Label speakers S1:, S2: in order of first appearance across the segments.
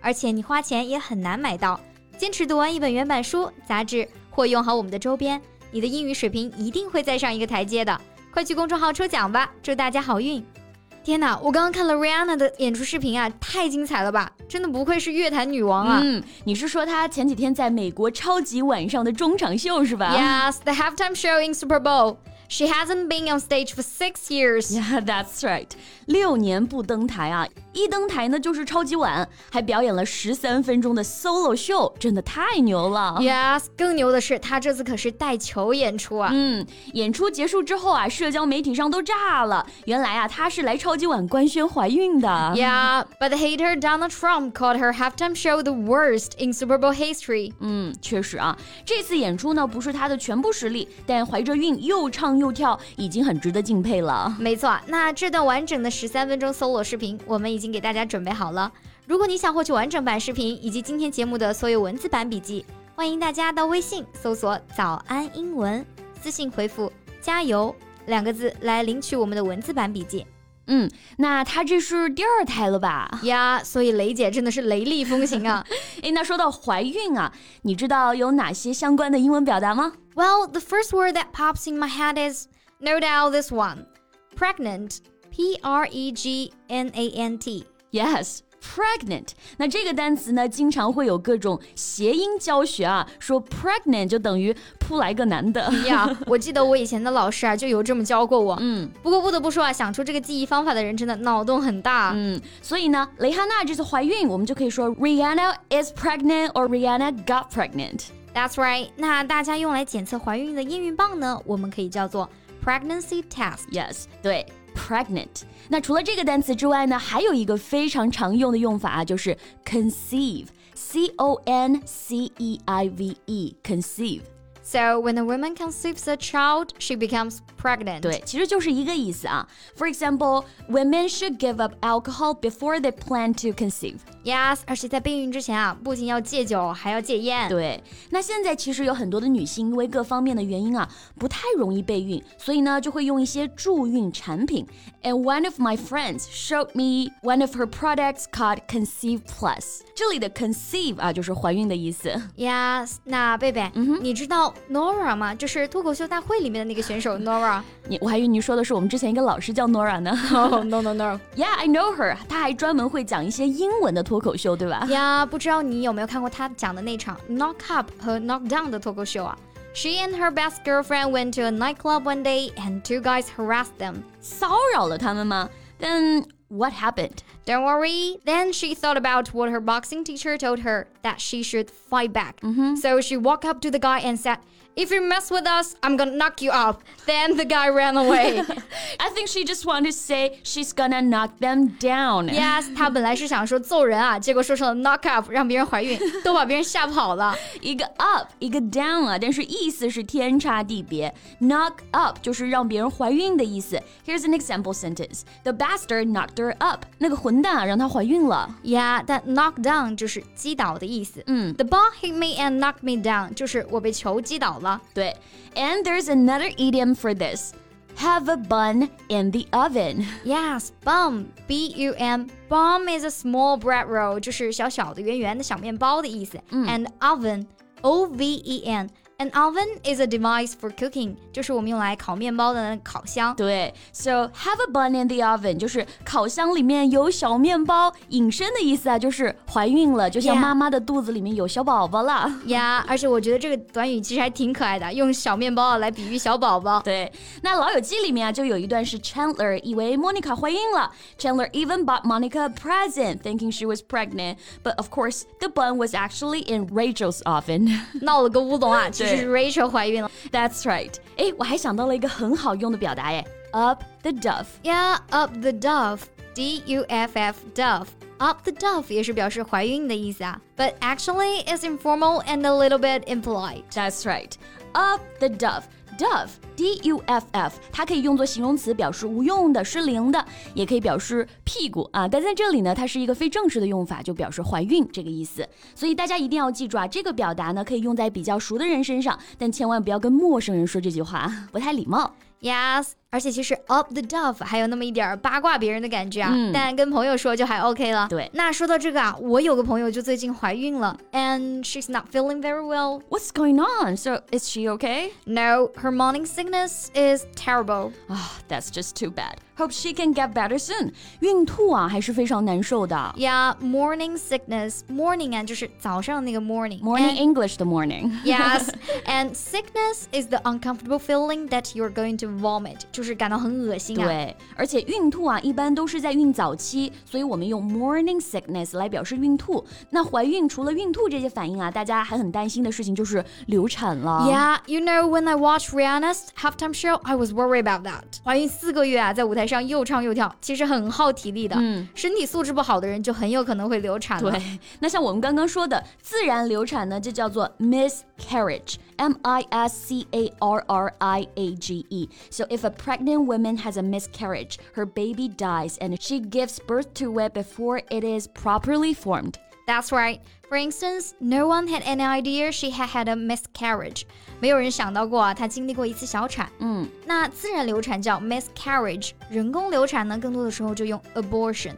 S1: 而且你花钱也很难买到。坚持读完一本原版书、杂志，或用好我们的周边，你的英语水平一定会再上一个台阶的。快去公众号抽奖吧，祝大家好运！天哪，我刚刚看了 Rihanna 的演出视频啊，太精彩了吧！真的不愧是乐坛女王啊！
S2: 嗯，你是说他前几天在美国超级晚上的中场秀是吧
S1: Yes, the halftime show in Super Bowl. She hasn't been on stage for six years.
S2: Yeah, that's right. 六年不登台啊，一登台呢就是超级晚，还表演了十三分钟的 solo 秀，真的太牛了。
S1: Yes，更牛的是，他这次可是带球演出啊！
S2: 嗯，演出结束之后啊，社交媒体上都炸了。原来啊，她是来超级晚官宣怀孕的。
S1: Yeah，but hater Donald Trump called her halftime show the worst in Super Bowl history.
S2: 嗯，确实啊，这次演出呢不是她的全部实力，但怀着孕又唱又跳，已经很值得敬佩了。
S1: 没错，那这段完整的十三分钟 solo 视频，我们已经给大家准备好了。如果你想获取完整版视频以及今天节目的所有文字版笔记，欢迎大家到微信搜索“早安英文”，私信回复“加油”两个字来领取我们的文字版笔记。
S2: 嗯，那她这是第二胎了吧？
S1: 呀，所以雷姐真的是雷厉风 行啊！
S2: 诶，哎那说到怀孕啊，你知道有哪些相关的英文表达吗？
S1: Well, the first word that pops in my head is no doubt this one pregnant. P R E G N A N T.
S2: Yes. Pregnant，那这个单词呢，经常会有各种谐音教学啊，说 pregnant 就等于扑来个男的。
S1: 呀，我记得我以前的老师啊就有这么教过我。
S2: 嗯
S1: 不过不得不说啊，想出这个记忆方法的人真的脑洞很大。
S2: 嗯，所以呢，蕾哈娜这次怀孕，我们就可以说 Rihanna is pregnant or Rihanna got pregnant。
S1: That's right。那大家用来检测怀孕的验孕棒呢，我们可以叫做 pregnancy test。
S2: Yes，对，pregnant。那除了这个单词之外呢，还有一个非常常用的用法啊，就是 conceive，c o n c e i v e，conceive。
S1: So when a woman conceives a child, she becomes pregnant.
S2: 对，其实就是一个意思啊。For example, women should give up alcohol before they plan to conceive。
S1: ，Yes。而且在备孕之前啊，不仅要戒酒，还要戒烟。
S2: 对，那现在其实有很多的女性因为各方面的原因啊，不太容易备孕，所以呢就会用一些助孕产品。And one of my friends showed me one of her products called Conceive Plus。这里的 conceive 啊，就是怀孕的意思。
S1: Yes，那贝贝，你知道 Nora 吗？就是脱口秀大会里面的那个选手 Nora。
S2: 你我还以为你说的是我们之前一个老师叫 Nora 呢。
S1: Oh no no no！
S2: yeah, I know her。她还专门会讲一些英文的脱口秀，对吧？
S1: 呀，不知道你有没有看过她讲的那场 Knock Up 和 Knock Down 的脱口秀啊？She and her best girlfriend went to a nightclub one day and two guys harassed them.
S2: 骚扰了他们吗？Then what happened？
S1: Don't worry. Then she thought about what her boxing teacher told her that she should fight back. So she walked up to the guy and said, "If you mess with us, I'm gonna knock you up." Then the guy ran away.
S2: I think she just wanted to say she's gonna knock them down.
S1: Yes，她本来是想说揍人啊，结果说成了 knock up，让别人怀孕，都把别人吓跑了。
S2: 一个 up，一个 down 啊，但是意思是天差地别。Knock up 就是让别人怀孕的意思。Here's an example sentence: The bastard knocked her up. 那个混蛋啊，让她怀孕了。
S1: Yeah，但 knock down 就是击倒的意思。
S2: 嗯
S1: ，The ball hit me and knocked me down，就是我被球击倒了。
S2: 对。And there's another idiom for this: Have a bun in the oven.
S1: Yes，bum，b u m，bum is a small bread roll，就是小小的、圆圆的小面包的意思。And
S2: 嗯
S1: oven，o v e n，an oven is a device for cooking，就是我们用来烤面包的那个烤箱。
S2: 对，so have a bun in the oven 就是烤箱里面有小面包，引申的意思啊，就是怀孕了，就像
S1: Yeah
S2: 妈妈的肚子里面有小宝宝了。
S1: 呀，而且我觉得这个短语其实还挺可爱的，用小面包啊来比喻小宝宝。
S2: 对，那《老友记》里面啊，就有一段是 Chandler 以为 Monica 怀孕了，Chandler even bought Monica a present, thinking she was pregnant, but of course the bun was actually in Rachel's oven.
S1: 闹了个乌龙啊，其实
S2: 对
S1: 是 Rachel 怀孕了。
S2: That's right. 哎，我还想到了一个很好用的表达哎，up the duff。
S1: Yeah, up the dove. D U F F dove. Off the dove 也是表示怀孕的意思啊，but actually is informal and a little bit impolite。
S2: That's right. Up the dove. Dove, D U F F，它可以用作形容词，表示无用的、失灵的，也可以表示屁股啊。但在这里呢，它是一个非正式的用法，就表示怀孕这个意思。所以大家一定要记住啊，这个表达呢可以用在比较熟的人身上，但千万不要跟陌生人说这句话，不太礼貌。
S1: Yes，而且其实 up the dove 还有那么一点儿八卦别人的感觉啊，
S2: 嗯
S1: 但跟朋友说就还 OK 了。
S2: 对
S1: 那说到这个啊，我有个朋友就最近怀孕了，and she's not feeling very well.
S2: What's going on? So is she okay?
S1: No, her morning sickness is terrible.
S2: Ah, that's just too bad. Hope she can get better soon. 孕吐啊还是非常难受的。
S1: Yeah, morning sickness. Morning 啊，就是早上那个 morning.
S2: Morning
S1: And-
S2: English 的 morning.
S1: Yes, and sickness is the uncomfortable feeling that you're going to vomit，就是感到很恶心啊。
S2: 对，而且孕吐啊，一般都是在孕早期，所以我们用 morning sickness 来表示孕吐。那怀孕除了孕吐这些反应啊，大家还很担心的事情就是流产了。
S1: Yeah, you know, when I watched Rihanna's halftime show, I was worried about that. 怀孕四个月啊，在舞台上又唱又跳，其实很耗体力的。嗯，身体素质不好的人就很有可能会流产了。
S2: 对，那像我们刚刚说的自然流产呢，就叫做 miscarriage，M I S C A R R I A G E。So if a pregnant woman has a miscarriage, her baby dies and she gives birth to it before it is properly formed.
S1: That's right. For instance, no one had any idea she had had a miscarriage. 没有人想到过啊，她经历过一次小产。嗯，那自然流产叫 miscarriage，人工流产呢，更多的时候就用 abortion。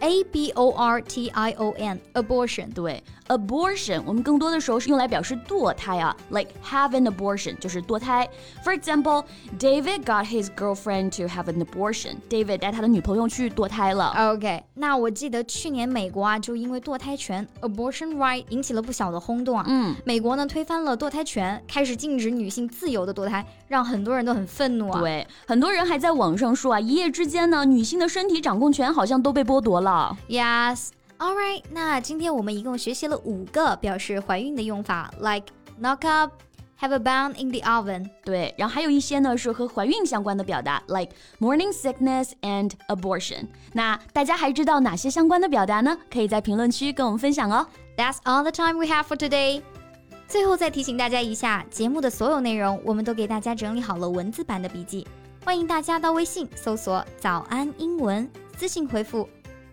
S1: A B O R T I O N abortion，
S2: 对，abortion 我们更多的时候是用来表示堕胎啊，like have an abortion 就是堕胎。For example, David got his girlfriend to have an abortion. David 带他的女朋友去堕胎了。
S1: OK，那我记得去年美国啊，就因为堕胎权 （abortion right） 引起了不小的轰动啊。嗯，美国呢推翻了堕胎权，开始禁止女性自由的堕胎，让很多人都很愤怒啊。，
S2: 对，很多人还在网上说啊，一夜之间呢，女性的身体掌控权好像都被剥夺了。
S1: Yes. All right. 那今天我们一共学习了五个表示怀孕的用法，like knock up, have a bun in the oven。
S2: 对，然后还有一些呢是和怀孕相关的表达，like morning sickness and abortion。那大家还知道哪些相关的表达呢？可以在评论区跟我们分享哦。
S1: That's all the time we have for today. 最后再提醒大家一下，节目的所有内容我们都给大家整理好了文字版的笔记，欢迎大家到微信搜索“早安英文”，私信回复“